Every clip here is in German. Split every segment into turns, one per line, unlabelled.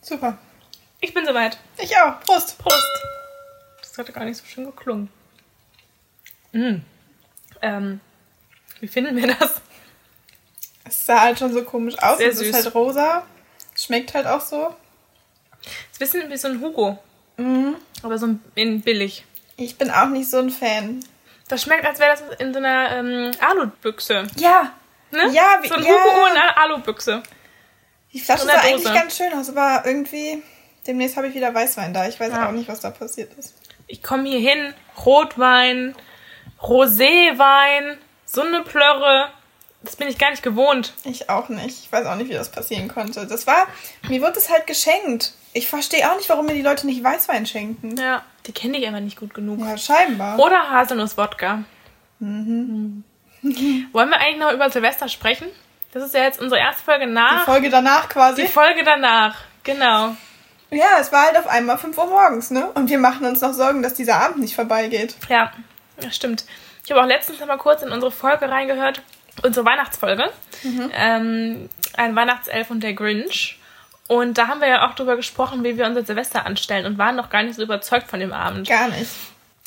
Super.
Ich bin soweit.
Ich auch. Prost.
Prost. Das hatte gar nicht so schön geklungen. Mm. Ähm, wie finden wir das?
Es sah halt schon so komisch aus.
Sehr
es ist
süß.
halt rosa. Schmeckt halt auch so.
Es ist ein bisschen wie so ein Hugo,
Mhm.
aber so ein in billig.
Ich bin auch nicht so ein Fan.
Das schmeckt, als wäre das in so einer ähm, Alubüchse.
Ja.
Ne?
Ja, wie-
So ein
ja.
Hugo in einer Alubüchse.
Die Flasche
So eine
sah eigentlich
Dose.
ganz schön aus, aber irgendwie. Demnächst habe ich wieder Weißwein da. Ich weiß
Ja.
auch nicht, was da passiert ist.
Ich komme hier hin, Rotwein, Roséwein, so eine Plörre. Das bin ich gar nicht gewohnt.
Ich auch nicht. Ich weiß auch nicht, wie das passieren konnte. Das war. Mir wurde es halt geschenkt. Ich verstehe auch nicht, warum mir die Leute nicht Weißwein schenken.
Ja, die kenne ich einfach nicht gut genug.
Ja, scheinbar.
Oder Haselnuss-Wodka. Mhm. Wollen wir eigentlich noch über Silvester sprechen? Das ist ja jetzt unsere erste Folge
die
nach.
Folge danach
Die
quasi.
Folge danach. Genau.
Ja, es war halt auf einmal 5 Uhr morgens, ne? Und wir machen uns noch Sorgen, dass dieser Abend nicht vorbeigeht.
Ja, das stimmt. Ich habe auch letztens noch mal kurz in unsere Folge reingehört. Unsere Weihnachtsfolge.
Mhm.
Ähm, ein Weihnachtself und der Grinch. Und da haben wir ja auch drüber gesprochen, wie wir unser Silvester anstellen und waren noch gar nicht so überzeugt von dem Abend.
Gar nicht.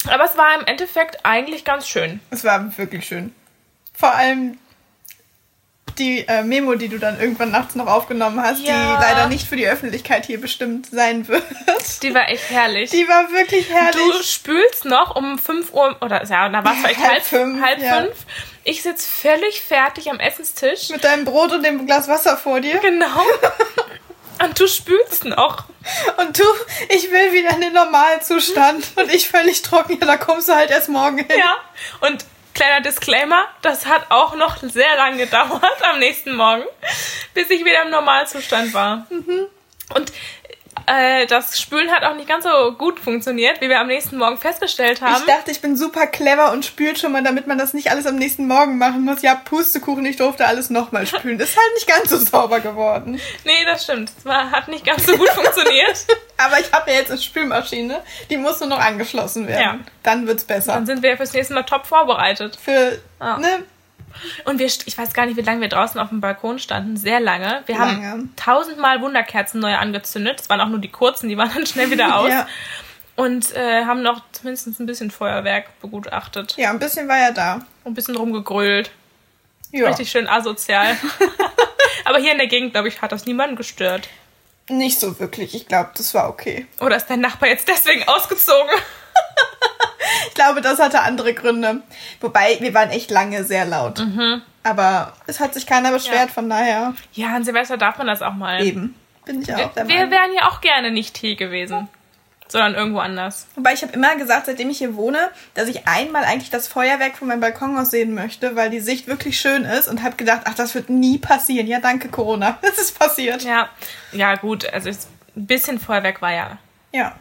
Aber es war im Endeffekt eigentlich ganz schön.
Es war wirklich schön. Vor allem die äh, Memo, die du dann irgendwann nachts noch aufgenommen hast,
Ja.
die leider nicht für die Öffentlichkeit hier bestimmt sein wird.
Die war echt herrlich.
Die war wirklich
Du
herrlich.
spülst noch um 5 Uhr, oder ja, da war es vielleicht
Halb
halb,
fünf,
halb
ja.
fünf. Ich sitze völlig fertig am Essenstisch.
Mit deinem Brot und dem Glas Wasser vor dir.
Genau. Und du spülst noch.
Und du, ich will wieder in den normalen Zustand. Und ich völlig trocken. Ja, da kommst du halt erst morgen hin.
Ja. Und kleiner Disclaimer, das hat auch noch sehr lange gedauert am nächsten Morgen, bis ich wieder im Normalzustand war.
Mhm.
Und äh, das Spülen hat auch nicht ganz so gut funktioniert, wie wir am nächsten Morgen festgestellt haben.
Ich dachte, ich bin super clever und spült schon mal, damit man das nicht alles am nächsten Morgen machen muss. Ja, Pustekuchen, ich durfte alles nochmal spülen. Ist halt nicht ganz so sauber geworden.
Nee, das stimmt. Es war- hat nicht ganz so gut funktioniert.
Aber ich habe ja jetzt eine Spülmaschine. Die muss nur noch angeschlossen werden.
Ja.
Dann wird's besser.
Dann sind wir fürs nächste Mal top vorbereitet.
Für,
Ah.
ne?
Und wir, st- ich weiß gar nicht, wie lange wir draußen auf dem Balkon standen. Sehr lange. Wir
Lange.
haben tausendmal Wunderkerzen neu angezündet. Es waren auch nur die kurzen, die waren dann schnell wieder aus.
Ja.
Und äh, haben noch zumindest ein bisschen Feuerwerk begutachtet.
ja, ein bisschen war ja da.
Und ein bisschen rumgegrölt.
Ja.
Richtig schön asozial. Aber hier in der Gegend, glaube ich, hat das niemanden gestört.
Nicht so wirklich. Ich glaube, das war okay.
Oder ist dein Nachbar jetzt deswegen ausgezogen?
Ich glaube, das hatte andere Gründe. Wobei, wir waren echt lange sehr laut. Aber es hat sich keiner beschwert, von daher
Mhm. Ja, an Silvester darf man das auch mal.
eben. Bin ich auch der
wir wir
Meinung.
wären ja auch gerne nicht hier gewesen. Sondern irgendwo anders.
Wobei ich habe immer gesagt, seitdem ich hier wohne, dass ich einmal eigentlich das Feuerwerk von meinem Balkon aus sehen möchte, weil die Sicht wirklich schön ist und habe gedacht, ach, das wird nie passieren. Ja, danke Corona. Es ist passiert.
Ja, ja gut, also es, ein bisschen Feuerwerk war ja.
ja.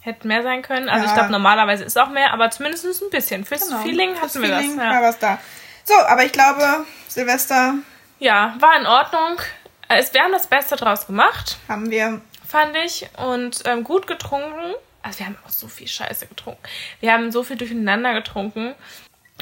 Hätte mehr sein können. Also ich
Ja.
glaube, normalerweise ist auch mehr, aber zumindest ein bisschen. Fürs
Genau.
Feeling
Fürs
hatten wir
Feeling
das. Ja.
war was da. So, aber ich glaube, Silvester
ja, war in Ordnung. Äh, Es, wir haben das Beste draus gemacht,
haben wir.
fand ich. Und ähm, gut getrunken. Also wir haben auch so viel Scheiße getrunken. Wir haben so viel durcheinander getrunken.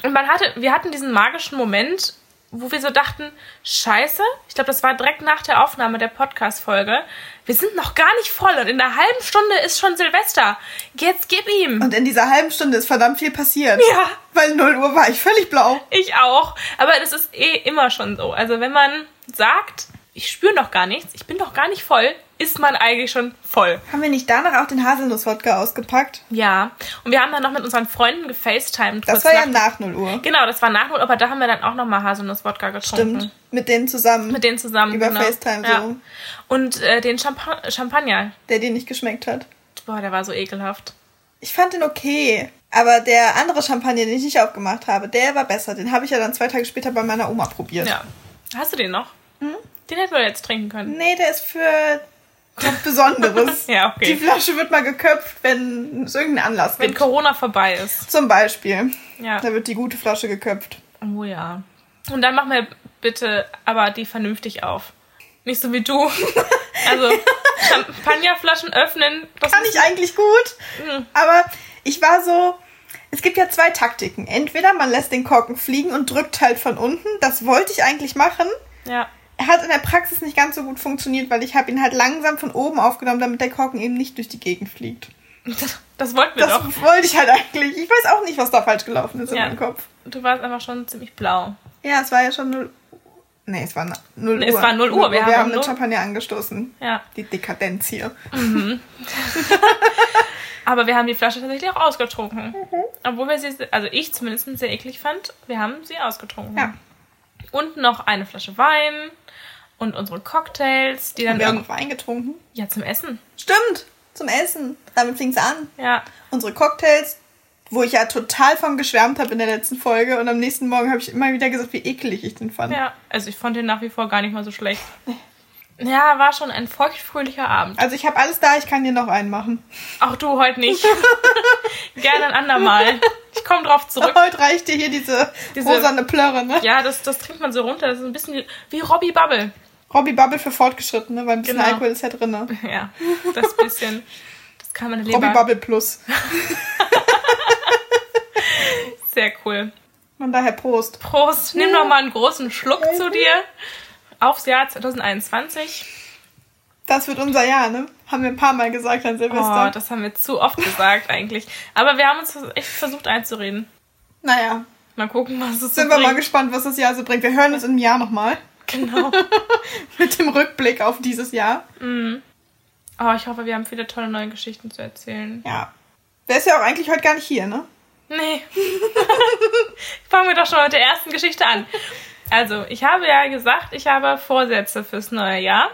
Und man hatte, wir hatten diesen magischen Moment, wo wir so dachten, scheiße, ich glaube, das war direkt nach der Aufnahme der Podcast-Folge. Wir sind noch gar nicht voll und in einer halben Stunde ist schon Silvester. Jetzt gib ihm.
Und in dieser halben Stunde ist verdammt viel passiert.
Ja.
Weil 0 Uhr war ich völlig blau.
Ich auch. Aber das ist eh immer schon so. Also wenn man sagt, ich spüre noch gar nichts, ich bin noch gar nicht voll, ist man eigentlich schon voll.
Haben wir nicht danach auch den Haselnuss-Wodka ausgepackt?
Ja. Und wir haben dann noch mit unseren Freunden gefacetimed.
Das
kurz
war ja
nach
nach 0 Uhr.
genau, das war Nachhol, aber da haben wir dann auch nochmal Haselnuss-Wodka getrunken.
Stimmt. Mit denen zusammen,
Mit denen zusammen.
Über
genau.
FaceTime so.
Ja. Und äh, den Champa Champagner.
der dir nicht geschmeckt hat.
Boah, der war so ekelhaft.
Ich fand den okay. Aber der andere Champagner, den ich nicht aufgemacht habe, der war besser. Den habe ich ja dann zwei Tage später bei meiner Oma probiert.
Ja. Hast du den noch?
Hm?
Den hätten wir jetzt trinken können.
Nee, der ist für was Besonderes.
Ja, okay.
Die Flasche wird mal geköpft, wenn es irgendeinen Anlass
Wenn
gibt.
Corona vorbei ist.
Zum Beispiel.
Ja.
Da wird die gute Flasche geköpft.
Oh ja. Und dann mach mir bitte aber die vernünftig auf. Nicht so wie du. Also Champagnerflaschen öffnen. Das
Kann ich eigentlich gut,
Mhm.
aber ich war so. Es gibt ja zwei Taktiken. Entweder man lässt den Korken fliegen und drückt halt von unten. Das wollte ich eigentlich machen,
Ja.
Er hat in der Praxis nicht ganz so gut funktioniert, weil ich habe ihn halt langsam von oben aufgenommen, damit der Korken eben nicht durch die Gegend fliegt.
Das, das wollten wir
Das
doch.
wollte ich halt eigentlich. Ich weiß auch nicht, was da falsch gelaufen ist
Ja.
in meinem Kopf.
Du warst einfach schon ziemlich blau.
Ja, es war ja schon 0 Nee, es war 0
Nee,
Uhr.
es war 0 Uhr. Wir
Wir,
haben
haben den
nur-
Champagner angestoßen.
Ja.
Die Dekadenz hier.
Aber wir haben die Flasche tatsächlich auch ausgetrunken.
Mhm.
Obwohl wir sie, also ich zumindest sehr eklig fand, wir haben sie ausgetrunken.
Ja.
Und noch eine Flasche Wein und unsere Cocktails, die dann
Wir haben
irgendwann.
noch Wein getrunken.
Ja, zum Essen.
Stimmt, zum Essen. Damit fing es an.
Ja.
Unsere Cocktails, wo ich ja total von geschwärmt habe in der letzten Folge. Und am nächsten Morgen habe ich immer wieder gesagt, wie ekelig ich den fand.
Ja. Also ich fand den nach wie vor gar nicht mal so schlecht. Ja, war schon ein feuchtfröhlicher Abend.
Also ich habe alles da, ich kann dir noch einen machen.
Auch du heute nicht. Gerne ein andermal. Ich komme drauf zurück.
Heute reicht dir hier diese,
Diese-
rosane Plörre, ne?
Ja, das, das trinkt man so runter. Das ist ein bisschen wie Robbie Bubble.
Robbie Bubble für Fortgeschrittene, weil ein bisschen
Genau.
Alkohol ist ja drin. Ne?
Ja, das bisschen. Das kann man
Robbie
Leber.
Bubble Plus.
Sehr cool.
Von daher Prost.
Prost. Nimm noch mal einen großen Schluck zu
Mhm.
dir. Aufs Jahr 2021.
Das wird unser Jahr, ne? Haben wir ein paar Mal gesagt an
Oh,
Silvester.
das haben wir zu oft gesagt eigentlich. Aber wir haben uns echt versucht einzureden.
naja,
Mal gucken, was
sind
es so
wir mal
bringt.
gespannt, was das Jahr so bringt. Wir hören uns im Jahr nochmal
Genau.
mit dem Rückblick auf dieses Jahr.
Oh, ich hoffe, wir haben viele tolle neue Geschichten zu erzählen.
Ja. Der ist ja auch eigentlich heute gar nicht hier, ne?
Nee. Fangen wir doch schon mal mit der ersten Geschichte an. Also, ich habe ja gesagt, ich habe Vorsätze fürs neue Jahr.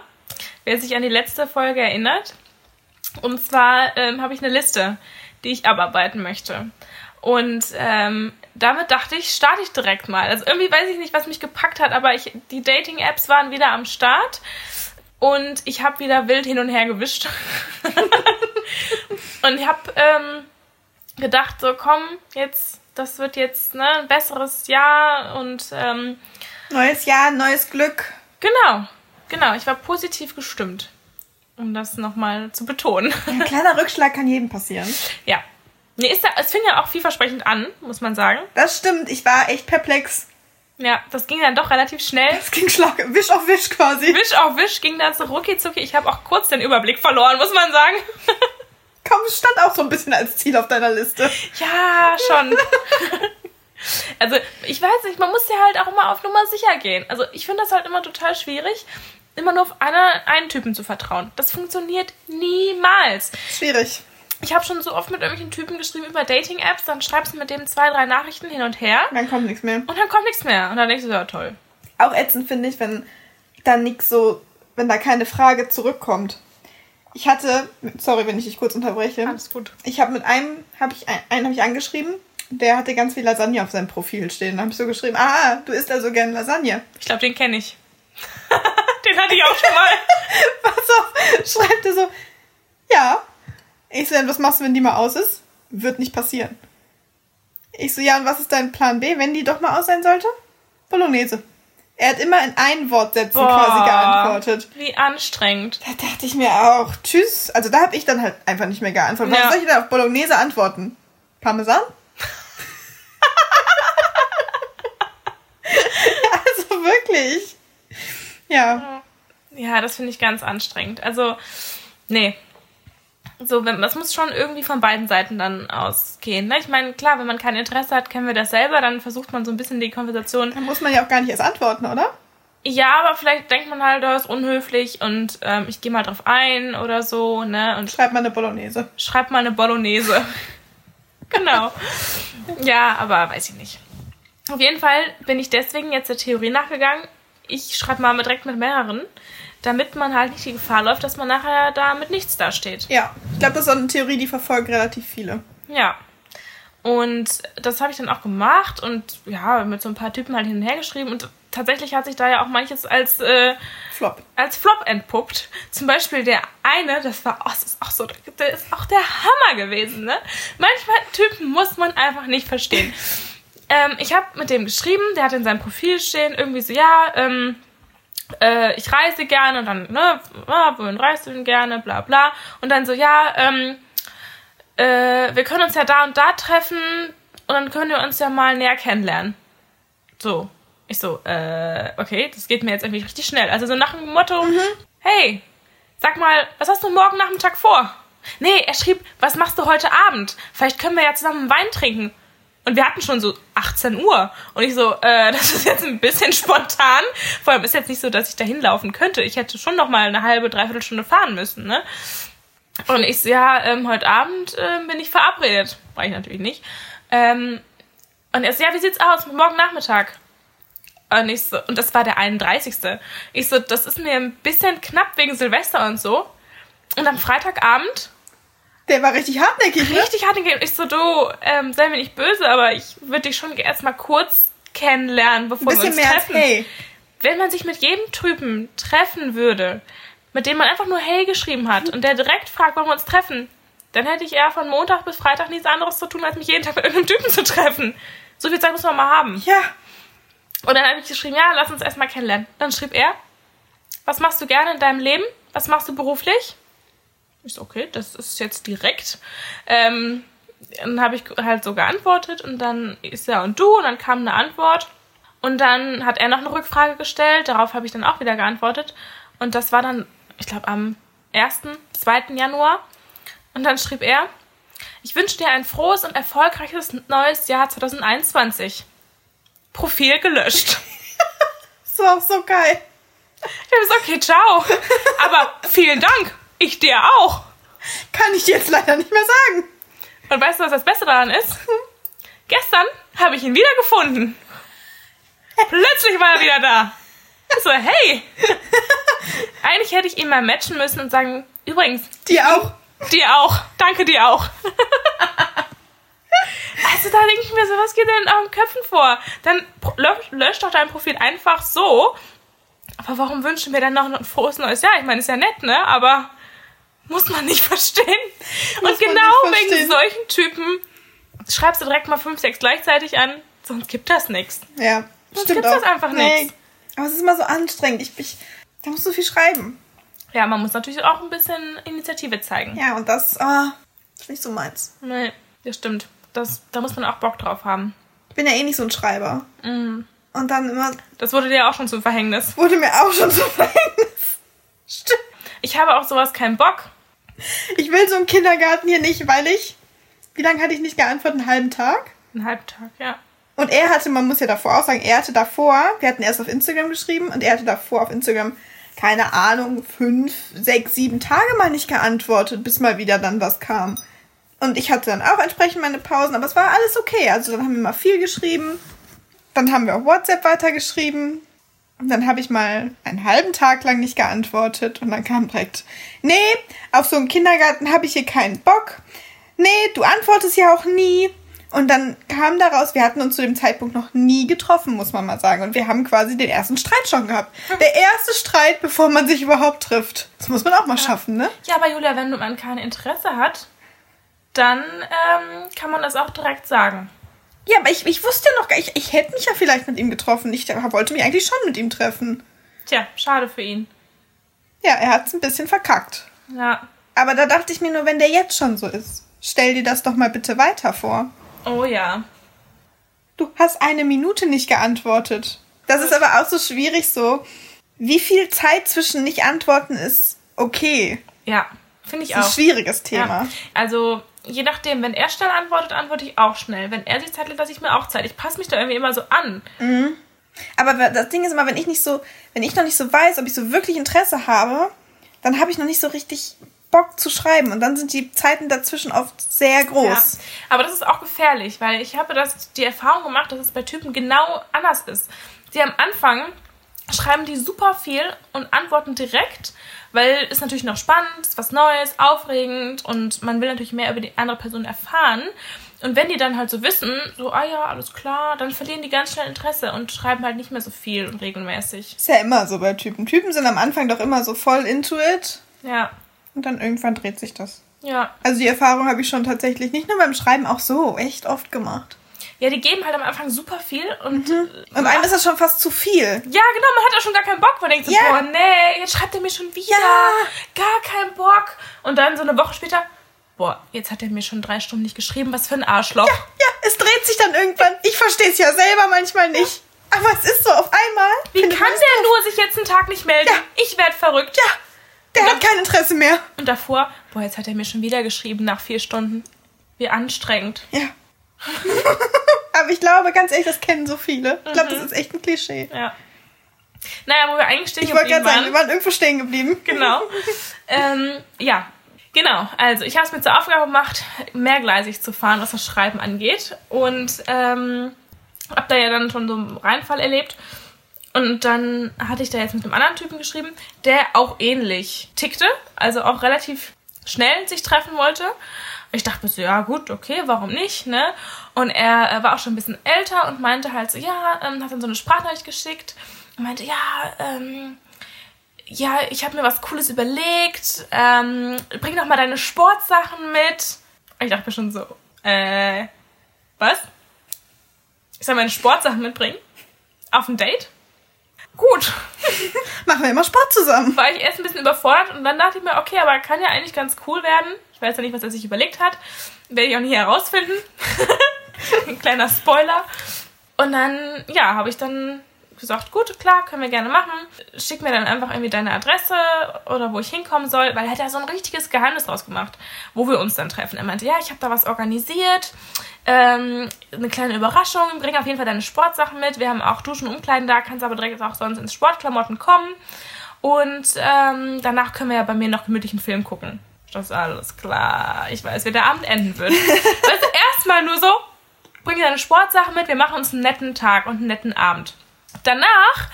Wer sich an die letzte Folge erinnert. Und zwar ähm, habe ich eine Liste, die ich abarbeiten möchte. Und ähm, damit dachte ich, starte ich direkt mal. Also irgendwie weiß ich nicht, was mich gepackt hat, aber ich, die Dating-Apps waren wieder am Start. Und ich habe wieder wild hin und her gewischt. und ich habe... Ähm, gedacht, so komm, jetzt, das wird jetzt ne, ein besseres Jahr und ähm,
Neues Jahr, neues Glück.
genau, genau, ich war positiv gestimmt, um das nochmal zu betonen.
Ein kleiner Rückschlag kann jedem passieren.
ja. Nee, ist da, es fing ja auch vielversprechend an, muss man sagen.
Das stimmt, ich war echt perplex.
Ja, das ging dann doch relativ schnell.
Es ging Schlag, Wisch auf Wisch quasi.
Wisch auf Wisch ging dann so rucki zucki. Ich habe auch kurz den Überblick verloren, muss man sagen.
Komm, es stand auch so ein bisschen als Ziel auf deiner Liste.
Ja, schon. also, ich weiß nicht, man muss ja halt auch immer auf Nummer sicher gehen. Also, ich finde das halt immer total schwierig, immer nur auf einer, einen Typen zu vertrauen. Das funktioniert niemals.
Schwierig.
Ich habe schon so oft mit irgendwelchen Typen geschrieben über Dating-Apps, dann schreibst du mit dem zwei, drei Nachrichten hin und her
Dann kommt nichts mehr.
und dann kommt nichts mehr. Und dann denkst du, ja, toll.
Auch ätzend finde ich, wenn da nix so, wenn da keine Frage zurückkommt. Ich hatte, sorry, wenn ich dich kurz unterbreche.
Alles gut.
Ich habe mit einem, habe ich ein- einen habe ich angeschrieben, der hatte ganz viel Lasagne auf seinem Profil stehen. Da habe ich so geschrieben, ah, du isst also gern Lasagne.
Ich glaube, den kenne ich. den hatte ich auch schon mal.
So, schreibt er so, ja. Ich so, "Ja, was machst du, wenn die mal aus ist? Wird nicht passieren. Ich so, ja, und was ist dein Plan B, wenn die doch mal aus sein sollte? Bolognese. Er hat immer in ein Wortsätzen quasi
Boah,
geantwortet.
Wie anstrengend.
Da dachte ich mir auch, tschüss. Also da habe ich dann halt einfach nicht mehr geantwortet.
Ja.
Was soll ich denn auf Bolognese antworten? Parmesan? also wirklich. Ja.
Ja, das finde ich ganz anstrengend. Also, nee. So, wenn, das muss schon irgendwie von beiden Seiten dann ausgehen. Ne? Ich meine, klar, wenn man kein Interesse hat, kennen wir das selber, dann versucht man so ein bisschen die Konversation.
Da muss man ja auch gar nicht erst antworten, oder?
Ja, aber vielleicht denkt man halt, das ist unhöflich und ähm, ich gehe mal drauf ein oder so, ne? Und
Schreibt mal eine Bolognese.
schreib mal eine Bolognese. genau. Ja, aber weiß ich nicht. Auf jeden Fall bin ich deswegen jetzt der Theorie nachgegangen. Ich schreibe mal mit- direkt mit mehreren, damit man halt nicht die Gefahr läuft, dass man nachher da mit nichts dasteht.
Ja. Ich glaube, das ist so eine Theorie, die verfolgen relativ viele.
Ja. Und das habe ich dann auch gemacht und ja, mit so ein paar Typen halt hin und her geschrieben. Und tatsächlich hat sich da ja auch manches als äh,
Flop.
als Flop entpuppt. Zum Beispiel der eine, das war oh, das ist auch so, der ist auch der Hammer gewesen, ne? Manchmal Typen muss man einfach nicht verstehen. Ähm, ich habe mit dem geschrieben, der hat in seinem Profil stehen, irgendwie so, ja, ähm, äh, ich reise gerne und dann, ne, ah, wohin reist du denn gerne, bla bla. Und dann so, ja, ähm, äh, wir können uns ja da und da treffen und dann können wir uns ja mal näher kennenlernen. So. Ich so, äh, okay, das geht mir jetzt irgendwie richtig schnell. Also so nach dem Motto, hey, sag mal, was hast du morgen Nachmittag vor? Nee, er schrieb, was machst du heute Abend? Vielleicht können wir ja zusammen Wein trinken. Und wir hatten schon so 18 Uhr. Und ich so, äh, das ist jetzt ein bisschen spontan. Vor allem ist jetzt nicht so, dass ich da hinlaufen könnte. Ich hätte schon noch mal eine halbe, dreiviertel Stunde fahren müssen, ne? Und ich so, ja, ähm, heute Abend ähm, bin ich verabredet. War ich natürlich nicht. Ähm, und er so, ja, wie sieht's aus? Morgen Nachmittag. Und ich so, und das war der 31. Ich so, das ist mir ein bisschen knapp wegen Silvester und so. Und am Freitagabend
Der war richtig hartnäckig, ne?
richtig hart gegeben. Ich so, du, ähm, sei mir nicht böse, aber ich würde dich schon erstmal kurz kennenlernen, bevor
Ein bisschen
wir
mehr
uns
als
treffen.
hey.
Wenn man sich mit jedem Typen treffen würde, mit dem man einfach nur hey geschrieben hat und der direkt fragt, wollen wir uns treffen, dann hätte ich eher von Montag bis Freitag nichts anderes zu tun, als mich jeden Tag mit irgendeinem Typen zu treffen. So viel Zeit muss man mal haben.
Ja.
Und dann habe ich geschrieben, ja, lass uns erstmal kennenlernen. Dann schrieb er, was machst du gerne in deinem Leben? Was machst du beruflich? Ich so, okay, das ist jetzt direkt. Ähm, dann habe ich halt so geantwortet und dann ist er und du und dann kam eine Antwort. Und dann hat er noch eine Rückfrage gestellt, darauf habe ich dann auch wieder geantwortet. Und das war dann, ich glaube, am 1., 2. Januar. Und dann schrieb er, ich wünsche dir ein frohes und erfolgreiches neues Jahr 2021. Profil gelöscht.
Das war auch so geil.
Ich hab gesagt, okay, ciao. Aber vielen Dank. Ich dir auch.
Kann ich dir jetzt leider nicht mehr sagen.
Und weißt du, was das Beste daran ist? Gestern habe ich ihn wieder gefunden. Plötzlich war er wieder da. Ich so, hey. Eigentlich hätte ich ihn mal matchen müssen und sagen, übrigens,
Die auch.
dir auch. Danke dir auch. Also da denke ich mir so, was geht denn in euren Köpfen vor? Dann pro- lösch, lösch doch dein Profil einfach so. Aber warum wünschen wir dann noch ein frohes neues Jahr? Ich meine, ist ja nett, ne? Aber muss man nicht verstehen. Und
Muss man
genau
nicht
wegen
verstehen.
solchen Typen schreibst du direkt mal fünf, sechs gleichzeitig an, sonst gibt das nichts.
Ja. stimmt
gibt's
auch.
das einfach nix.
Aber es ist immer so anstrengend. Ich, ich, da musst du viel schreiben.
Ja, man muss natürlich auch ein bisschen Initiative zeigen.
Ja, und das ah, ist nicht so meins.
Nee, das stimmt. Das, da muss man auch Bock drauf haben.
Ich bin ja eh nicht so ein Schreiber.
Mhm.
Und dann immer
Das wurde dir auch schon zum Verhängnis.
wurde mir auch schon so Verhängnis. Stimmt.
Ich habe auf sowas keinen Bock.
Ich will so einen Kindergarten hier nicht, weil ich. Wie lange hatte ich nicht geantwortet? Einen halben Tag?
Einen Halbtag, ja.
Und er hatte, man muss ja davor auch sagen, er hatte davor, wir hatten erst auf Instagram geschrieben und er hatte davor auf Instagram, keine Ahnung, fünf, sechs, sieben Tage mal nicht geantwortet, bis mal wieder dann was kam. Und ich hatte dann auch entsprechend meine Pausen, aber es war alles okay. Also dann haben wir mal viel geschrieben, dann haben wir auf WhatsApp weitergeschrieben und dann habe ich mal einen halben Tag lang nicht geantwortet und dann kam direkt, nee, auf so einen Kindergarten habe ich hier keinen Bock. Nee, du antwortest ja auch nie. Und dann kam daraus, wir hatten uns zu dem Zeitpunkt noch nie getroffen, muss man mal sagen. Und wir haben quasi den ersten Streit schon gehabt. Der erste Streit, bevor man sich überhaupt trifft. Das muss man auch mal schaffen, ne?
Ja, aber Julia, wenn man kein Interesse hat, dann ähm, kann man das auch direkt sagen.
Ja, aber ich, ich wusste ja noch gar ich, ich hätte mich ja vielleicht mit ihm getroffen. Ich wollte mich eigentlich schon mit ihm treffen.
Tja, schade für ihn.
Ja, er hat's ein bisschen verkackt.
Ja.
Aber da dachte ich mir nur, wenn der jetzt schon so ist, stell dir das doch mal bitte weiter vor.
Oh ja.
Du hast eine Minute nicht geantwortet. Das ist aber auch so schwierig so. Wie viel Zeit zwischen nicht antworten ist okay.
Ja, finde ich
Ist ein
auch.
schwieriges Thema.
Ja. Also, je nachdem, wenn er schnell antwortet, antworte ich auch schnell. Wenn er sich Zeit lässt, lasse ich mir auch Zeit. Ich passe mich da irgendwie immer so an.
Aber das Ding ist immer, wenn ich nicht so, wenn ich noch nicht so weiß, ob ich so wirklich Interesse habe, dann habe ich noch nicht so richtig Bock zu schreiben. Und dann sind die Zeiten dazwischen oft sehr
Ja.
groß.
Aber das ist auch gefährlich, weil ich habe das, die Erfahrung gemacht, dass es bei Typen genau anders ist. Die am Anfang schreiben die super viel und antworten direkt, weil es natürlich noch spannend, ist, was Neues, aufregend und man will natürlich mehr über die andere Person erfahren. Und wenn die dann halt so wissen, so, ah ja, alles klar, dann verlieren die ganz schnell Interesse und schreiben halt nicht mehr so viel und regelmäßig.
Ist ja immer so bei Typen. Typen sind am Anfang doch immer so voll into it
Ja,
und dann irgendwann dreht sich das.
ja.
Also die Erfahrung habe ich schon tatsächlich nicht nur beim Schreiben, auch so echt oft gemacht.
Ja, die geben halt am Anfang super viel und
Und einem ist das schon fast zu viel.
Ja, genau, man hat ja schon gar keinen Bock. Man denkt so,
Ja.
boah, nee, jetzt schreibt er mir schon wieder.
Ja.
Gar keinen Bock. Und dann so eine Woche später, boah, jetzt hat er mir schon drei Stunden nicht geschrieben. Was für ein Arschloch.
Ja, es dreht sich dann irgendwann. Ich verstehe es ja selber manchmal nicht. Aber es ist so, auf einmal.
Wie
findet
kann
man es
der
doof.
nur sich jetzt einen Tag nicht melden?
Ja.
Ich werd verrückt.
Ja, der hat kein Interesse mehr.
Und davor, boah, jetzt hat er mir schon wieder geschrieben nach vier Stunden. Wie anstrengend.
Ja. Aber ich glaube, ganz ehrlich, das kennen so viele. Ich glaube, das
Mhm.
ist echt ein Klischee.
Ja. Naja, wo wir eigentlich stehen
Ich wollte gerade
geblieben
sagen, wir
waren.
waren irgendwo stehen geblieben.
Genau. ähm, ja. Genau, also ich habe es mir zur Aufgabe gemacht, mehrgleisig zu fahren, was das Schreiben angeht. Und ähm, habe da ja dann schon so einen Reinfall erlebt. Und dann hatte ich da jetzt mit einem anderen Typen geschrieben, der auch ähnlich tickte, also auch relativ schnell sich treffen wollte. Ich dachte mir so, ja gut, okay, warum nicht, ne? Und er äh, war auch schon ein bisschen älter und meinte halt so, ja, ähm, hat dann so eine Sprachnachricht geschickt und meinte, ja, ähm, ja, ich habe mir was Cooles überlegt, ähm, bring doch mal deine Sportsachen mit. Und ich dachte mir schon so, äh, was? Ich soll meine Sportsachen mitbringen? Auf ein Date? Gut,
Machen wir immer Sport zusammen.
war ich erst ein bisschen überfordert und dann dachte ich mir, okay, aber kann ja eigentlich ganz cool werden. Ich weiß ja nicht, was er sich überlegt hat. Werde ich auch nie herausfinden. ein kleiner Spoiler. Und dann, ja, habe ich dann gesagt, gut, klar, können wir gerne machen. Schick mir dann einfach irgendwie deine Adresse oder wo ich hinkommen soll, weil er hat ja so ein richtiges Geheimnis draus gemacht, wo wir uns dann treffen. Er meinte, ja, ich habe da was organisiert, ähm, eine kleine Überraschung, bring auf jeden Fall deine Sportsachen mit. Wir haben auch Duschen und Umkleiden da, kannst aber direkt auch sonst ins Sportklamotten kommen. Und ähm, danach können wir ja bei mir noch gemütlich einen Film gucken. Das ist alles klar. Ich weiß, wie der Abend enden wird. also erstmal nur so, bring deine Sportsachen mit, wir machen uns einen netten Tag und einen netten Abend. Danach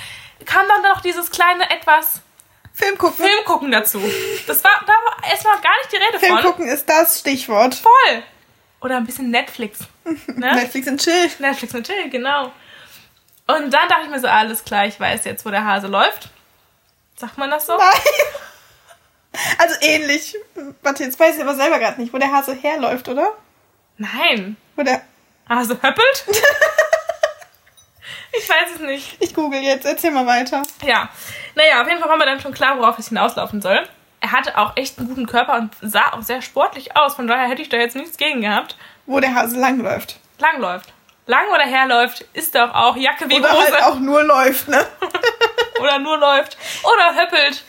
kam dann noch dieses kleine etwas
Film gucken.
Film gucken dazu. Das war, da war erstmal gar nicht die Rede
Film
von.
gucken ist das Stichwort.
Voll. Oder ein bisschen Netflix. Ne?
Netflix und Chill.
Netflix und Chill, genau. Und dann dachte ich mir so, alles klar, ich weiß jetzt, wo der Hase läuft. Sagt man das so?
Nein. Also ähnlich. Warte, jetzt weiß ich aber selber gerade nicht, wo der Hase herläuft, oder?
Nein.
Wo der.
Hase Ah, höppelt? ich weiß es nicht.
Ich google jetzt, erzähl mal weiter.
Ja, naja, auf jeden Fall war mir dann schon klar, worauf es hinauslaufen soll. Er hatte auch echt einen guten Körper und sah auch sehr sportlich aus. Von daher hätte ich da jetzt nichts gegen gehabt.
Wo der Hase langläuft.
Langläuft. Lang oder herläuft, ist doch auch Jacke wie
Oder
Hose.
halt auch nur läuft, ne?
oder nur läuft. Oder höppelt.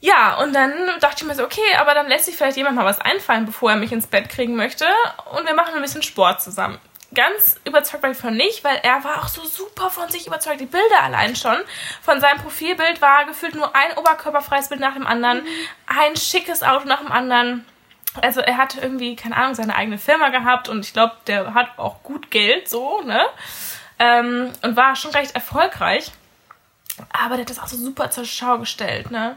Ja, und dann dachte ich mir so, okay, aber dann lässt sich vielleicht jemand mal was einfallen, bevor er mich ins Bett kriegen möchte. Und wir machen ein bisschen Sport zusammen. Ganz überzeugt war ich von nicht, weil er war auch so super von sich überzeugt. Die Bilder allein schon. Von seinem Profilbild war gefühlt nur ein oberkörperfreies Bild nach dem anderen, ein schickes Auto nach dem anderen. Also er hat irgendwie, keine Ahnung, seine eigene Firma gehabt und ich glaube, der hat auch gut Geld so, ne? Ähm, und war schon recht erfolgreich. Aber der hat das auch so super zur Schau gestellt, ne?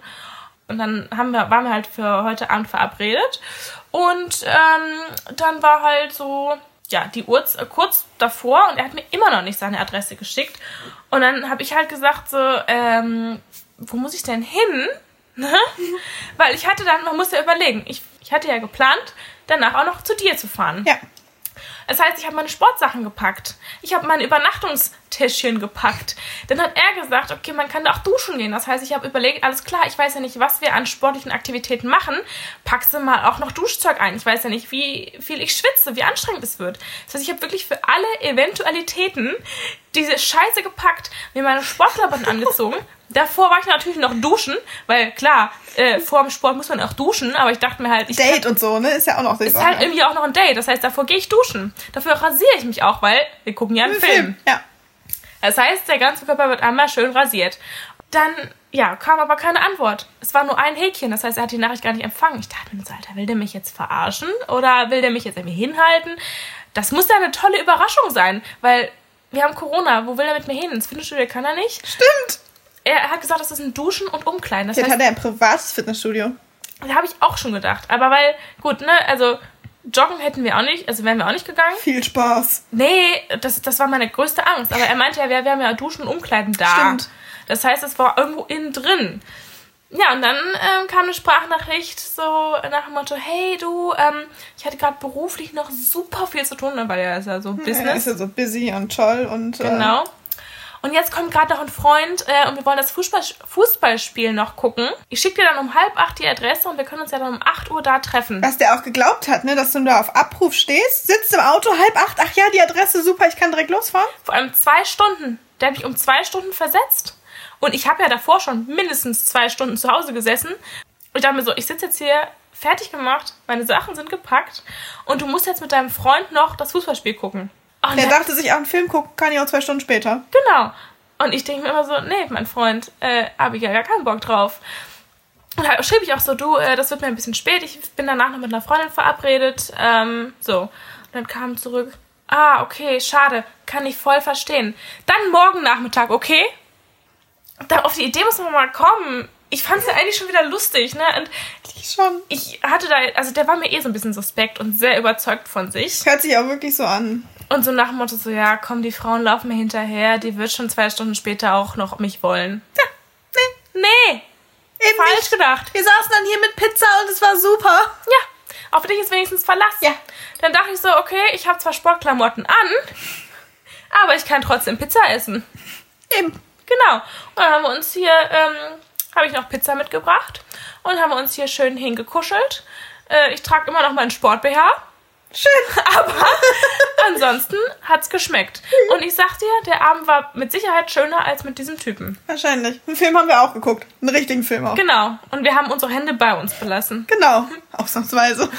Und dann haben wir, waren wir halt für heute Abend verabredet. Und ähm, dann war halt so, ja, die Uhr z- kurz davor und er hat mir immer noch nicht seine Adresse geschickt. Und dann habe ich halt gesagt, so, ähm, wo muss ich denn hin? Ne? Weil ich hatte dann, man muss ja überlegen, ich, ich hatte ja geplant, danach auch noch zu dir zu fahren.
Ja.
Das heißt, ich habe meine Sportsachen gepackt. Ich habe mein Übernachtungstäschchen gepackt. Dann hat er gesagt, okay, man kann da auch duschen gehen. Das heißt, ich habe überlegt, alles klar, ich weiß ja nicht, was wir an sportlichen Aktivitäten machen. Packst du mal auch noch Duschzeug ein. Ich weiß ja nicht, wie viel ich schwitze, wie anstrengend es wird. Das heißt, ich habe wirklich für alle Eventualitäten diese Scheiße gepackt, mir meine Sportklamotten angezogen. Davor war ich natürlich noch duschen, weil klar, äh, vor dem Sport muss man auch duschen, aber ich dachte mir halt, ich
Date und so, ne? Ist ja auch noch
ist halt irgendwie auch noch ein Date. Das heißt, davor gehe ich duschen. Dafür rasiere ich mich auch, weil wir gucken ja einen Film.
Ja.
Das heißt, der ganze Körper wird einmal schön rasiert. Dann, ja, kam aber keine Antwort. Es war nur ein Häkchen. Das heißt, er hat die Nachricht gar nicht empfangen. Ich dachte mir so, Alter, will der mich jetzt verarschen? Oder will der mich jetzt irgendwie hinhalten? Das muss ja eine tolle Überraschung sein, weil wir haben Corona. Wo will er mit mir hin? Ins Fitnessstudio kann er nicht.
Stimmt.
Er hat gesagt, das ist ein Duschen und Umkleiden. Das
Jetzt
heißt,
hat er ein privates Fitnessstudio.
da habe ich auch schon gedacht. Aber weil, gut, ne, also joggen hätten wir auch nicht, also wären wir auch nicht gegangen.
Viel Spaß.
Nee, das, das war meine größte Angst. Aber er meinte ja, wir, wir haben ja Duschen und Umkleiden da.
Stimmt.
Das heißt, es war irgendwo innen drin. Ja, und dann ähm, kam eine Sprachnachricht so nach dem Motto, hey du, ähm, ich hatte gerade beruflich noch super viel zu tun, ne, weil er ist ja so
Er ist
Business.
ja so busy und toll und. Äh,
Genau. Und jetzt kommt gerade noch ein Freund äh, und wir wollen das Fußball Fußballspiel noch gucken. Ich schicke dir dann um halb acht die Adresse und wir können uns ja dann um 8 Uhr da treffen.
was der auch geglaubt hat, ne, dass du da auf Abruf stehst, sitzt im Auto halb acht, ach ja, die Adresse super, ich kann direkt losfahren.
Vor allem zwei Stunden. Der hat mich um zwei Stunden versetzt. Und ich habe ja davor schon mindestens zwei Stunden zu Hause gesessen. Und ich dachte mir so, ich sitze jetzt hier fertig gemacht, meine Sachen sind gepackt und du musst jetzt mit deinem Freund noch das Fußballspiel gucken. Oh Und
Der
ja,
dachte sich, auch einen Film gucken kann ich auch zwei Stunden später.
genau. Und ich denke mir immer so, nee, mein Freund, äh, habe ich ja gar keinen Bock drauf. Und da schrieb ich auch so, du, äh, das wird mir ein bisschen spät, ich bin danach noch mit einer Freundin verabredet. Ähm, so. Und dann kam zurück, ah, okay, schade, kann ich voll verstehen. Dann morgen Nachmittag, okay? Da auf die Idee muss man mal kommen. Ich fand es ja eigentlich schon wieder lustig, ne? Und
Ich schon.
ich hatte da, also der war mir eh so ein bisschen suspekt und sehr überzeugt von sich.
Hört sich auch wirklich so an.
Und so nach dem Motto so, ja, komm, die Frauen laufen mir hinterher, die wird schon zwei Stunden später auch noch mich wollen.
Ja, nee,
Nee,
eben
falsch
nicht.
gedacht.
Wir saßen dann hier mit Pizza und es war super.
Ja, auf dich ist wenigstens Verlass.
Ja.
Dann dachte ich so, okay, ich habe zwar Sportklamotten an, aber ich kann trotzdem Pizza essen.
Eben.
Genau. Und dann haben wir uns hier, ähm, habe ich noch Pizza mitgebracht und haben wir uns hier schön hingekuschelt. Äh, ich trage immer noch meinen Sport-BH.
Schön.
Aber ansonsten hat's geschmeckt. Und ich sag dir, der Abend war mit Sicherheit schöner als mit diesem Typen.
Wahrscheinlich. Einen Film haben wir auch geguckt. Einen richtigen Film auch.
Genau. Und wir haben unsere Hände bei uns belassen.
Genau. Ausnahmsweise.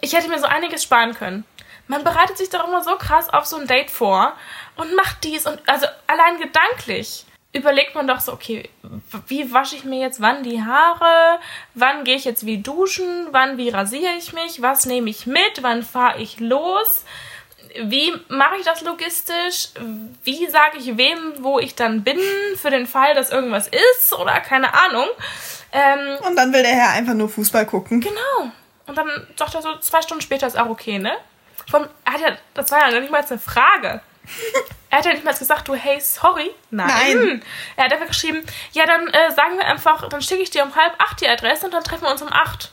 Ich hätte mir so einiges sparen können. Man bereitet sich doch immer so krass auf so ein Date vor und macht dies und also allein gedanklich überlegt man doch so, okay, w- wie wasche ich mir jetzt wann die Haare, wann gehe ich jetzt wie duschen, wann wie rasiere ich mich, was nehme ich mit, wann fahre ich los, wie mache ich das logistisch, wie sage ich wem, wo ich dann bin, für den Fall, dass irgendwas ist oder keine Ahnung. Ähm,
Und dann will der Herr einfach nur Fußball gucken.
Genau. Und dann sagt er so, zwei Stunden später ist auch okay, ne? Vom, er hat ja, das war ja noch nicht mal eine Frage. Er hat ja nicht mal gesagt, du, hey, sorry. Nein.
Nein.
Er hat einfach geschrieben, ja, dann äh, sagen wir einfach, dann schicke ich dir um halb acht die Adresse und dann treffen wir uns um acht.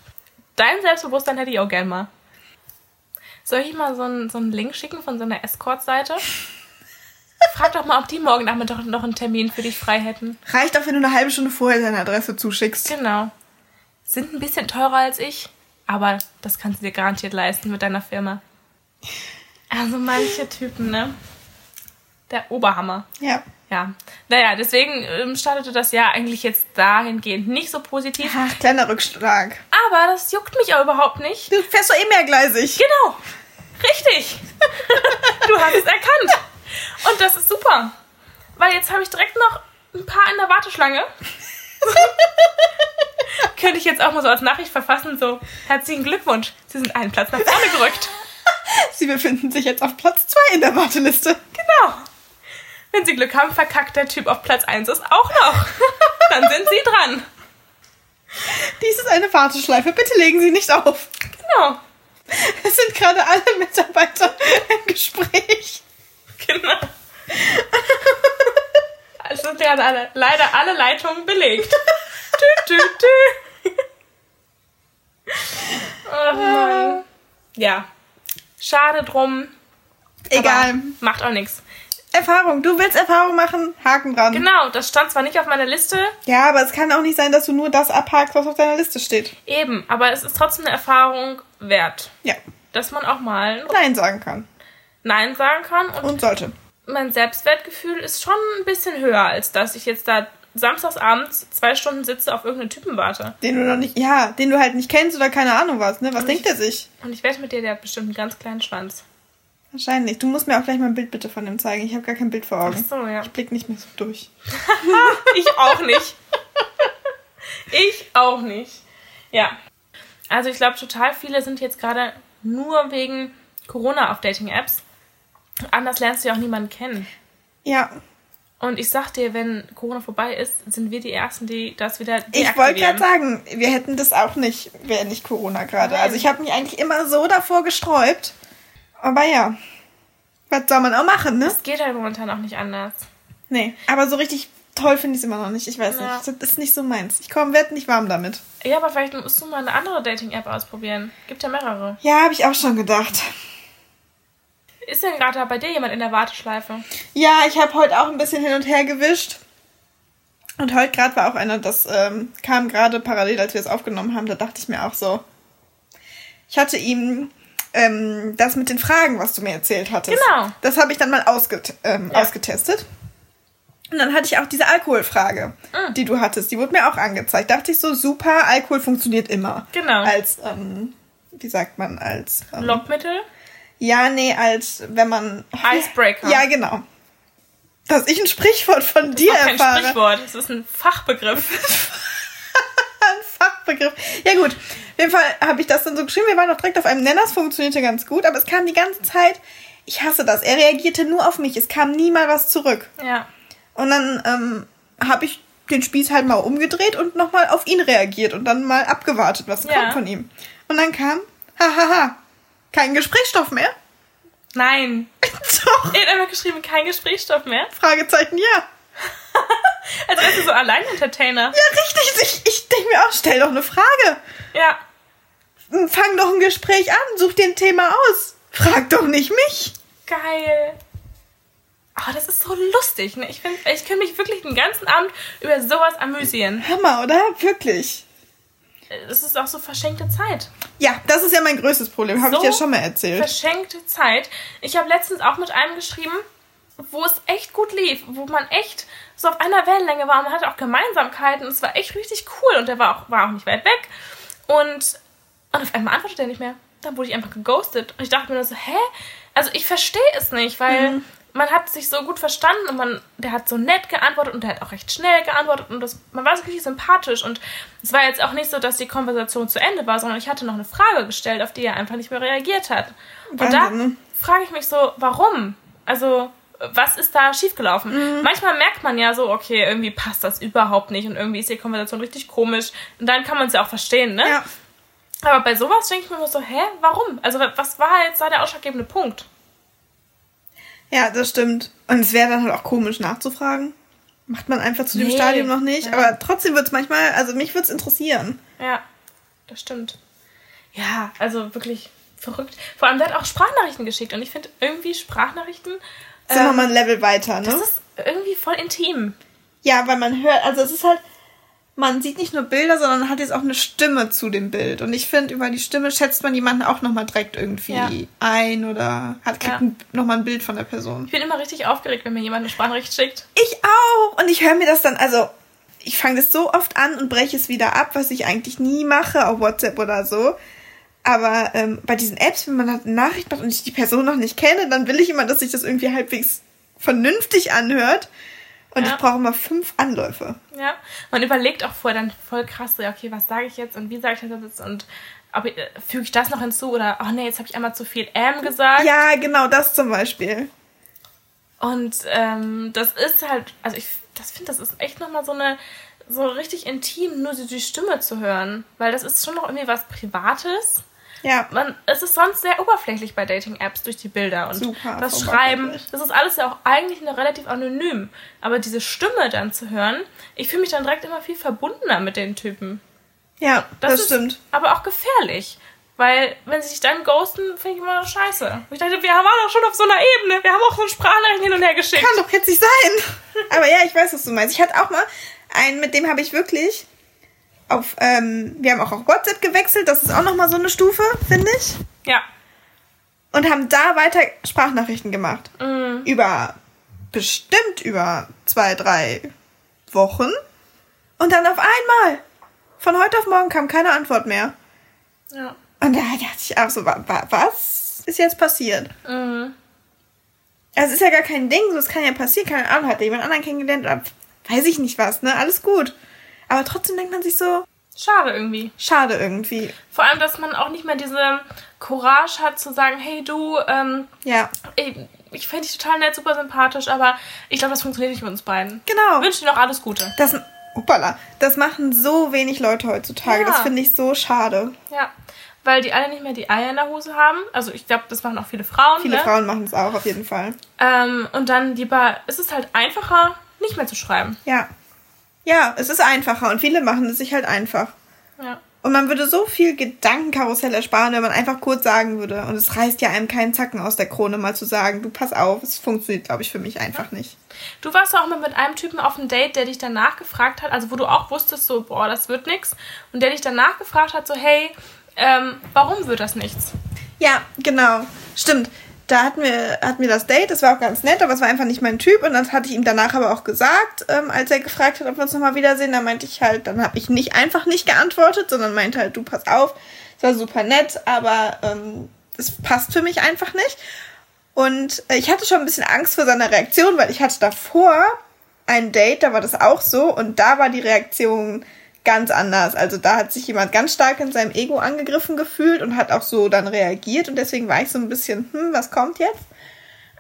Dein Selbstbewusstsein hätte ich auch gern mal. Soll ich mal so einen, so einen Link schicken von so einer Escort-Seite? Frag doch mal, ob die morgen Nachmittag noch einen Termin für dich frei hätten.
Reicht auch, wenn du eine halbe Stunde vorher seine Adresse zuschickst.
Genau. Sind ein bisschen teurer als ich, aber das kannst du dir garantiert leisten mit deiner Firma. Also manche Typen, ne? Der Oberhammer.
Ja.
Ja. Naja, deswegen ähm, startete das Jahr eigentlich jetzt dahingehend nicht so positiv.
Ach, kleiner Rückschlag.
Aber das juckt mich auch überhaupt nicht.
Du fährst doch eh mehrgleisig.
Genau. Richtig. du hast es erkannt. Und das ist super. Weil jetzt habe ich direkt noch ein paar in der Warteschlange. Könnte ich jetzt auch mal so als Nachricht verfassen, so herzlichen Glückwunsch. Sie sind einen Platz nach vorne gerückt.
Sie befinden sich jetzt auf Platz 2 in der Warteliste.
Genau. Wenn Sie Glück haben, verkackt der Typ auf Platz 1 ist auch noch. Dann sind Sie dran.
Dies ist eine Warteschleife. Bitte legen Sie nicht auf.
Genau.
Es sind gerade alle Mitarbeiter im Gespräch.
Genau. Es sind ja Also, alle, leider alle Leitungen belegt. Tü, tü, tü. Oh Mann. Ja. Schade drum.
Egal.
Aber Macht auch nichts.
Erfahrung. Du willst Erfahrung machen? Haken dran.
Genau, das stand zwar nicht auf meiner Liste,
Ja, aber es kann auch nicht sein, dass du nur das abhakst, was auf deiner Liste steht.
eben, aber es ist trotzdem eine Erfahrung wert,
Ja.
dass man auch mal
Nein sagen kann.
Nein sagen kann und
Und sollte.
mein Selbstwertgefühl ist schon ein bisschen höher, als dass ich jetzt da samstagsabends zwei Stunden sitze auf irgendeinen Typen warte.
Den du noch nicht, ja, den du halt nicht kennst oder keine Ahnung was, ne? Was denkt er sich?
Und ich wette mit dir, der hat bestimmt einen ganz kleinen Schwanz.
Wahrscheinlich. Du musst mir auch gleich mal ein Bild bitte von dem zeigen. Ich habe gar kein Bild vor Augen.
So, ja.
Ich blick nicht mehr so durch.
Ich auch nicht. Ich auch nicht. Ja. Also ich glaube, total viele sind jetzt gerade nur wegen Corona auf Dating-Apps. Anders lernst du ja auch niemanden kennen.
Ja,
Und ich sag dir, wenn Corona vorbei ist, sind wir die Ersten, die das wieder
ich wollte gerade
deaktivieren.
sagen, wir hätten das auch nicht, wäre nicht Corona gerade.
Nein.
Also ich habe mich eigentlich immer so davor gesträubt. Aber ja, was soll man auch machen, ne?
Es geht halt momentan auch nicht anders.
Nee, aber so richtig toll finde ich es immer noch nicht. Ich weiß
Ja.
nicht, das ist nicht so meins. Ich komme, werd nicht warm damit.
Ja, aber vielleicht musst du mal eine andere Dating-App ausprobieren. Gibt ja mehrere.
Ja, habe ich auch schon gedacht.
Ist denn gerade da bei dir jemand in der Warteschleife?
Ja, ich habe heute auch ein bisschen hin und her gewischt. Und heute gerade war auch einer, das ähm, kam gerade parallel, als wir es aufgenommen haben. Da dachte ich mir auch so. Ich hatte ihm äh, ähm, das mit den Fragen, was du mir erzählt hattest.
Genau.
Das habe ich dann mal ausget ähm,
Ja.
ausgetestet. Und dann hatte ich auch diese Alkoholfrage,
Mm.
die du hattest. Die wurde mir auch angezeigt. Dachte ich so, super, Alkohol funktioniert immer.
Genau.
Als, ähm, wie sagt man, als. Ähm,
Lockmittel?
ja, nee, als wenn man.
Icebreaker.
Ja, genau. Dass ich ein Sprichwort von dir
Auch kein
erfahre.
Sprichwort, es ist ein Fachbegriff.
Fachbegriff. Ja, gut. Auf jeden Fall habe ich das dann so geschrieben. Wir waren noch direkt auf einem Nenner. Es funktionierte ganz gut, aber es kam die ganze Zeit. Ich hasse das. Er reagierte nur auf mich. Es kam nie mal was zurück.
Ja.
Und dann ähm, habe ich den Spieß halt mal umgedreht und nochmal auf ihn reagiert und dann mal abgewartet, was
Ja.
kommt von ihm. Und dann kam, hahaha, kein Gesprächsstoff mehr.
Nein.
Doch.
Er hat einfach geschrieben, kein Gesprächsstoff mehr.
Fragezeichen, ja.
Als wärst du so Allein-Entertainer.
Ja, richtig. Ich, ich denke mir auch, stell doch eine Frage.
Ja.
Fang doch ein Gespräch an. Such dir ein Thema aus. Frag doch nicht mich.
Geil. Oh, das ist so lustig. Ne? Ich, find, ich kann mich wirklich den ganzen Abend über sowas amüsieren.
Hammer, oder? Wirklich.
Das ist auch so verschenkte Zeit.
Ja, das ist ja mein größtes Problem. Habe
So
ich dir schon mal erzählt.
Verschenkte Zeit. Ich habe letztens auch mit einem geschrieben, wo es echt gut lief, wo man echt so auf einer Wellenlänge war und man hatte auch Gemeinsamkeiten und es war echt richtig cool und der war auch, war auch nicht weit weg. Und, und auf einmal antwortet er nicht mehr. Dann wurde ich einfach geghostet. Und ich dachte mir nur so, hä? Also ich verstehe es nicht, weil
Mhm.
man hat sich so gut verstanden und man, der hat so nett geantwortet und der hat auch recht schnell geantwortet und das, man war so richtig sympathisch und es war jetzt auch nicht so, dass die Konversation zu Ende war, sondern ich hatte noch eine Frage gestellt, auf die er einfach nicht mehr reagiert hat. Und
Wahnsinn, ne?
da frage ich mich so, warum? Also, was ist da
Mhm.
schiefgelaufen? Manchmal merkt man ja so, okay, irgendwie passt das überhaupt nicht und irgendwie ist die Konversation richtig komisch und dann kann man es ja auch verstehen, ne?
Ja.
Aber bei sowas denke ich mir immer so, hä, warum? Also, was war jetzt da der ausschlaggebende Punkt?
ja, das stimmt. Und es wäre dann halt auch komisch nachzufragen. Macht man einfach zu dem
Nee.
Stadium noch nicht.
Ja.
Aber trotzdem wird es manchmal, also mich würde es interessieren.
Ja, das stimmt. Ja, also wirklich verrückt. Vor allem, der hat auch Sprachnachrichten geschickt und ich finde irgendwie Sprachnachrichten,
Das ist ja
ähm,
nochmal ein Level weiter, ne?
das ist irgendwie voll intim.
Ja, weil man hört, also es ist halt, man sieht nicht nur Bilder, sondern hat jetzt auch eine Stimme zu dem Bild. Und ich finde, über die Stimme schätzt man jemanden auch nochmal direkt irgendwie
Ja.
ein oder hat kriegt
Ja.
ein, nochmal ein Bild von der Person.
Ich bin immer richtig aufgeregt, wenn mir jemand eine Sprachnachricht schickt.
Ich auch! Und ich höre mir das dann, also ich fange das so oft an und breche es wieder ab, was ich eigentlich nie mache auf WhatsApp oder so. Aber ähm, bei diesen Apps, wenn man halt eine Nachricht macht und ich die Person noch nicht kenne, dann will ich immer, dass sich das irgendwie halbwegs vernünftig anhört. Und
Ja.
ich brauche immer fünf Anläufe.
Ja, man überlegt auch vorher dann voll krass, so, ja, okay, was sage ich jetzt und wie sage ich das jetzt und ob ich, äh, füge ich das noch hinzu oder, oh nee, jetzt habe ich einmal zu viel ähm gesagt.
Ja, genau das zum Beispiel.
Und ähm, das ist halt, also ich das finde, das ist echt nochmal so eine, so richtig intim, nur die, die Stimme zu hören. Weil das ist schon noch irgendwie was Privates.
Ja,
Man, es ist sonst sehr oberflächlich bei Dating-Apps durch die Bilder und
Super
das
oberflächlich.
Schreiben. Das ist alles ja auch eigentlich noch relativ anonym. Aber diese Stimme dann zu hören, ich fühle mich dann direkt immer viel verbundener mit den Typen.
ja, das,
ist
stimmt.
Aber auch gefährlich. Weil, wenn sie dich dann ghosten, finde ich immer noch scheiße. Und ich dachte, wir waren doch schon auf so einer Ebene. Wir haben auch so eine Sprachnachricht hin und her geschickt.
Kann doch jetzt nicht sein. Aber ja, ich weiß, was du meinst. Ich hatte auch mal einen, mit dem habe ich wirklich auf, ähm, wir haben auch auf WhatsApp gewechselt. Das ist auch nochmal so eine Stufe, finde ich.
Ja.
Und haben da weiter Sprachnachrichten gemacht.
Mhm. Hm,
Über, bestimmt über zwei, drei Wochen. Und dann auf einmal, von heute auf morgen kam keine Antwort mehr.
ja.
Und da dachte ich auch so, wa- wa- was ist jetzt passiert?
Mhm.
Also es ist ja gar kein Ding, so es kann ja passieren, keine Ahnung, hat der jemand anderen kennengelernt oder weiß ich nicht was, ne? Alles gut. Aber trotzdem denkt man sich so,
Schade irgendwie.
schade irgendwie.
Vor allem, dass man auch nicht mehr diese Courage hat zu sagen, hey du, ähm,
Ja,
ich, ich finde dich total nett, super sympathisch, aber ich glaube, das funktioniert nicht mit uns beiden.
genau.
wünsche dir noch alles Gute.
Das, upala, das machen so wenig Leute heutzutage.
Ja.
Das finde ich so schade.
Ja. Weil die alle nicht mehr die Eier in der Hose haben. Also ich glaube, das machen auch viele Frauen.
Viele
ne?
Frauen machen es auch auf jeden Fall.
Ähm, und dann lieber, es ist halt einfacher, nicht mehr zu schreiben.
Ja. Ja, es ist einfacher und viele machen es sich halt einfach.
Ja.
Und man würde so viel Gedankenkarussell ersparen, wenn man einfach kurz sagen würde. Und es reißt ja einem keinen Zacken aus der Krone, mal zu sagen, du pass auf, es funktioniert, glaube ich, für mich einfach nicht.
Du warst auch mal mit einem Typen auf einem Date, der dich danach gefragt hat, also wo du auch wusstest, so, boah, das wird nix. Und der dich danach gefragt hat, so, hey, ähm, warum wird das nichts?
Ja, genau. Stimmt. Da hatten wir, hatten wir das Date, das war auch ganz nett, aber es war einfach nicht mein Typ. Und das hatte ich ihm danach aber auch gesagt, ähm, als er gefragt hat, ob wir uns nochmal wiedersehen. Da meinte ich halt, dann habe ich nicht einfach nicht geantwortet, sondern meinte halt, du pass auf, es war super nett, aber ähm, es passt für mich einfach nicht. Und äh, ich hatte schon ein bisschen Angst vor seiner Reaktion, weil ich hatte davor ein Date, da war das auch so und da war die Reaktion ganz anders. Also da hat sich jemand ganz stark in seinem Ego angegriffen gefühlt und hat auch so dann reagiert und deswegen war ich so ein bisschen, hm, was kommt jetzt?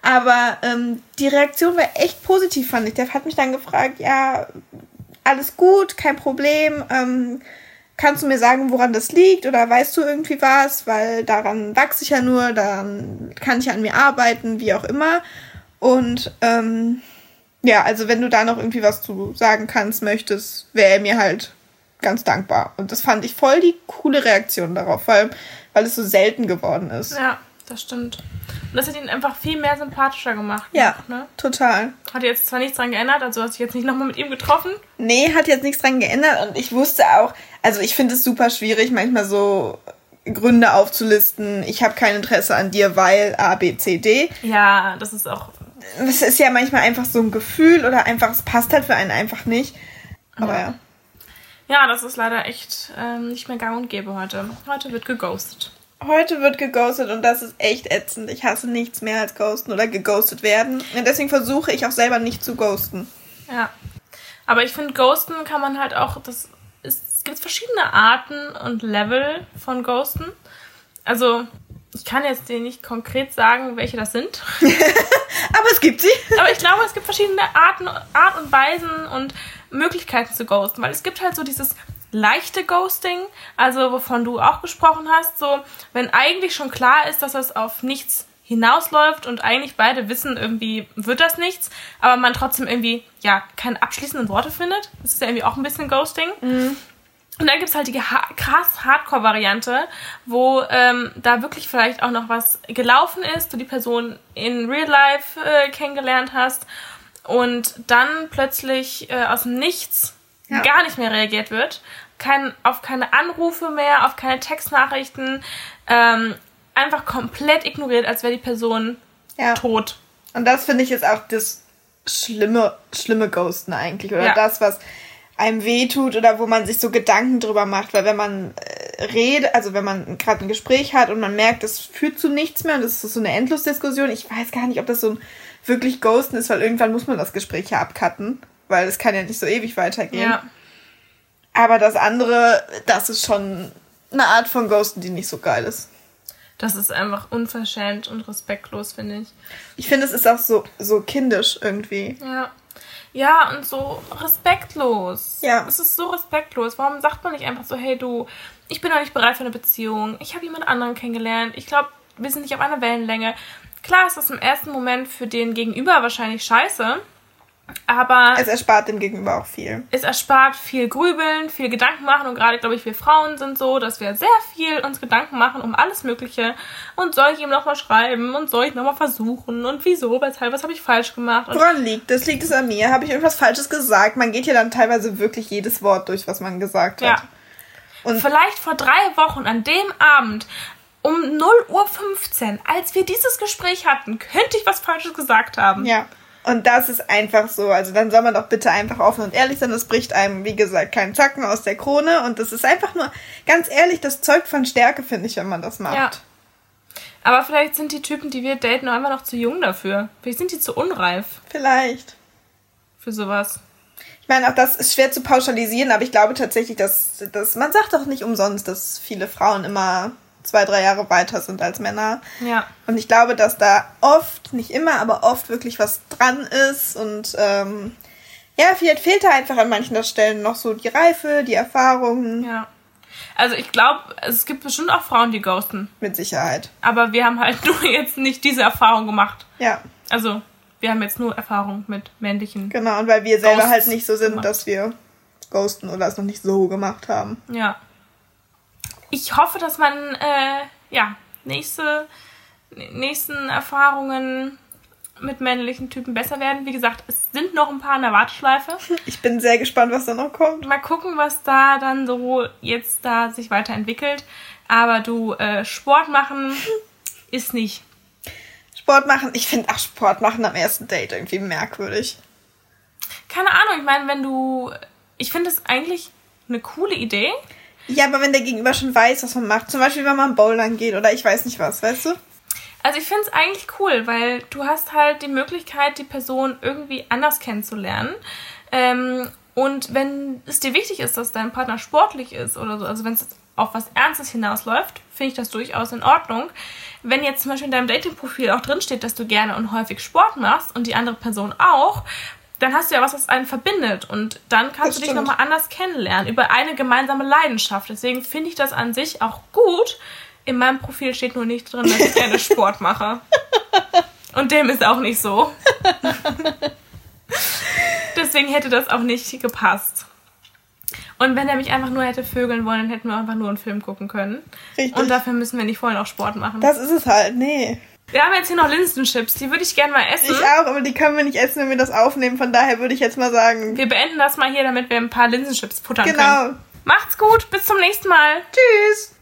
Aber ähm, die Reaktion war echt positiv, fand ich. Der hat mich dann gefragt, ja, alles gut, kein Problem. Ähm, kannst du mir sagen, woran das liegt oder weißt du irgendwie was, weil daran wachse ich ja nur, daran kann ich ja an mir arbeiten, wie auch immer. Und ähm, ja, also wenn du da noch irgendwie was zu sagen kannst, möchtest, wäre er mir halt ganz dankbar. Und das fand ich voll die coole Reaktion darauf, vor allem, weil es so selten geworden ist.
Ja, das stimmt. Und das hat ihn einfach viel mehr sympathischer gemacht.
Ja,
Ne?
total.
Hat jetzt zwar nichts dran geändert, also hast du dich jetzt nicht nochmal mit ihm getroffen.
Nee, hat jetzt nichts dran geändert und ich wusste auch, also ich finde es super schwierig, manchmal so Gründe aufzulisten. Ich habe kein Interesse an dir, weil A, B, C, D.
Ja, das ist auch.
Es ist ja manchmal einfach so ein Gefühl oder einfach, es passt halt für einen einfach nicht. Aber ja.
Ja, das ist leider echt ähm, nicht mehr gang und gäbe heute. Heute wird geghostet.
Heute wird geghostet und das ist echt ätzend. Ich hasse nichts mehr als ghosten oder geghostet werden. Und deswegen versuche ich auch selber nicht zu ghosten.
Ja. Aber ich finde, Ghosten kann man halt auch, das ist, es gibt verschiedene Arten und Level von Ghosten. Also, ich kann jetzt dir nicht konkret sagen, welche das sind.
Aber es gibt sie.
Aber ich glaube, es gibt verschiedene Arten, Art und Weisen und Möglichkeiten zu ghosten, weil es gibt halt so dieses leichte Ghosting, also wovon du auch gesprochen hast, so wenn eigentlich schon klar ist, dass das auf nichts hinausläuft und eigentlich beide wissen, irgendwie wird das nichts, aber man trotzdem irgendwie ja keine abschließenden Worte findet. Das ist ja irgendwie auch ein bisschen Ghosting. Und dann gibt's halt die ha- krass Hardcore-Variante, wo ähm, da wirklich vielleicht auch noch was gelaufen ist, du die Person in Real Life äh, kennengelernt hast und dann plötzlich äh, aus dem Nichts
Ja.
gar nicht mehr reagiert wird. Kein, auf keine Anrufe mehr, auf keine Textnachrichten, ähm, einfach komplett ignoriert, als wäre die Person
Ja.
tot.
Und das finde ich ist auch das schlimme, schlimme Ghosten eigentlich. Oder
Ja.
das, was einem wehtut oder wo man sich so Gedanken drüber macht. Weil wenn man äh, redet, also wenn man gerade ein Gespräch hat und man merkt, es führt zu nichts mehr und es ist so eine Endlosdiskussion. Ich weiß gar nicht, ob das so ein wirklich Ghosten ist, weil irgendwann muss man das Gespräch ja abcutten. Weil es kann ja nicht so ewig weitergehen.
Ja.
Aber das andere, das ist schon eine Art von Ghosten, die nicht so geil ist.
Das ist einfach unverschämt und respektlos, finde ich.
Ich finde, es ist auch so, so kindisch irgendwie.
Ja. Ja, und so respektlos.
Ja.
Es ist so respektlos. Warum sagt man nicht einfach so, hey du, ich bin noch nicht bereit für eine Beziehung. Ich habe jemand anderen kennengelernt. Ich glaube, wir sind nicht auf einer Wellenlänge. Klar ist das im ersten Moment für den Gegenüber wahrscheinlich scheiße. Aber
Es erspart dem Gegenüber auch viel.
es erspart viel Grübeln, viel Gedanken machen und gerade, glaube ich, wir Frauen sind so, dass wir sehr viel uns Gedanken machen um alles Mögliche und soll ich ihm nochmal schreiben und soll ich nochmal versuchen und wieso, weshalb, was habe ich falsch gemacht und
Woran liegt das? Liegt es an mir? Habe ich irgendwas Falsches gesagt? Man geht ja dann teilweise wirklich jedes Wort durch, was man gesagt hat.
ja.
Und-
Vielleicht vor drei Wochen an dem Abend um 0.15 Uhr, als wir dieses Gespräch hatten, könnte ich was Falsches gesagt haben.
Ja. Und das ist einfach so. Also dann soll man doch bitte einfach offen und ehrlich sein. Das bricht einem, wie gesagt, keinen Zacken aus der Krone. Und das ist einfach nur, ganz ehrlich, das zeugt von Stärke, finde ich, wenn man das macht.
Ja. Aber vielleicht sind die Typen, die wir daten, auch einfach noch zu jung dafür. Vielleicht sind die zu unreif
Vielleicht.
für sowas.
Ich meine, auch das ist schwer zu pauschalisieren, aber ich glaube tatsächlich, dass, dass man sagt doch nicht umsonst, dass viele Frauen immer zwei, drei Jahre weiter sind als Männer.
Ja.
Und ich glaube, dass da oft, nicht immer, aber oft wirklich was dran ist. Und ähm, ja, vielleicht fehlt da einfach an manchen Stellen noch so die Reife, die Erfahrung,
Ja. Also ich glaube, es gibt bestimmt auch Frauen, die ghosten.
mit Sicherheit.
Aber wir haben halt nur jetzt nicht diese Erfahrung gemacht.
Ja,
Also wir haben jetzt nur Erfahrung mit männlichen.
genau. Und weil wir selber
Ghosts
halt nicht so sind,
gemacht.
dass wir ghosten oder es noch nicht so gemacht haben.
Ja. Ich hoffe, dass man äh, ja nächste n- nächsten Erfahrungen mit männlichen Typen besser werden. Wie gesagt, es sind noch ein paar in der Warteschleife.
Ich bin sehr gespannt, was da noch kommt.
Mal gucken, was da dann so jetzt da sich weiterentwickelt. Aber du, äh, Sport machen ist nicht.
Sport machen, ich finde auch Sport machen am ersten Date irgendwie merkwürdig.
Keine Ahnung, ich meine, wenn du. Ich finde es eigentlich eine coole Idee.
Ja, aber wenn der Gegenüber schon weiß, was man macht, zum Beispiel, wenn man Bowlern geht oder ich weiß nicht was, weißt du?
Also ich finde es eigentlich cool, weil du hast halt die Möglichkeit, die Person irgendwie anders kennenzulernen. Ähm, und wenn es dir wichtig ist, dass dein Partner sportlich ist oder so, also wenn es auf was Ernstes hinausläuft, finde ich das durchaus in Ordnung. Wenn jetzt zum Beispiel in deinem Dating-Profil auch drinsteht, dass du gerne und häufig Sport machst und die andere Person auch, dann hast du ja was, was einen verbindet und dann kannst
Das
du dich
stimmt.
nochmal anders kennenlernen über eine gemeinsame Leidenschaft. Deswegen finde ich das an sich auch gut. In meinem Profil steht nur nicht drin, dass ich gerne Sport mache. Und dem ist auch nicht so. Deswegen hätte das auch nicht gepasst. Und wenn er mich einfach nur hätte vögeln wollen, dann hätten wir einfach nur einen Film gucken können.
Richtig.
Und dafür müssen wir nicht vorhin auch Sport machen.
das ist es halt, nee.
wir haben jetzt hier noch Linsenchips, die würde ich gerne mal essen.
Ich auch, aber die können wir nicht essen, wenn wir das aufnehmen. Von daher würde ich jetzt mal sagen,
Wir beenden das mal hier, damit wir ein paar Linsenchips futtern können.
genau.
Macht's gut, bis zum nächsten Mal.
Tschüss.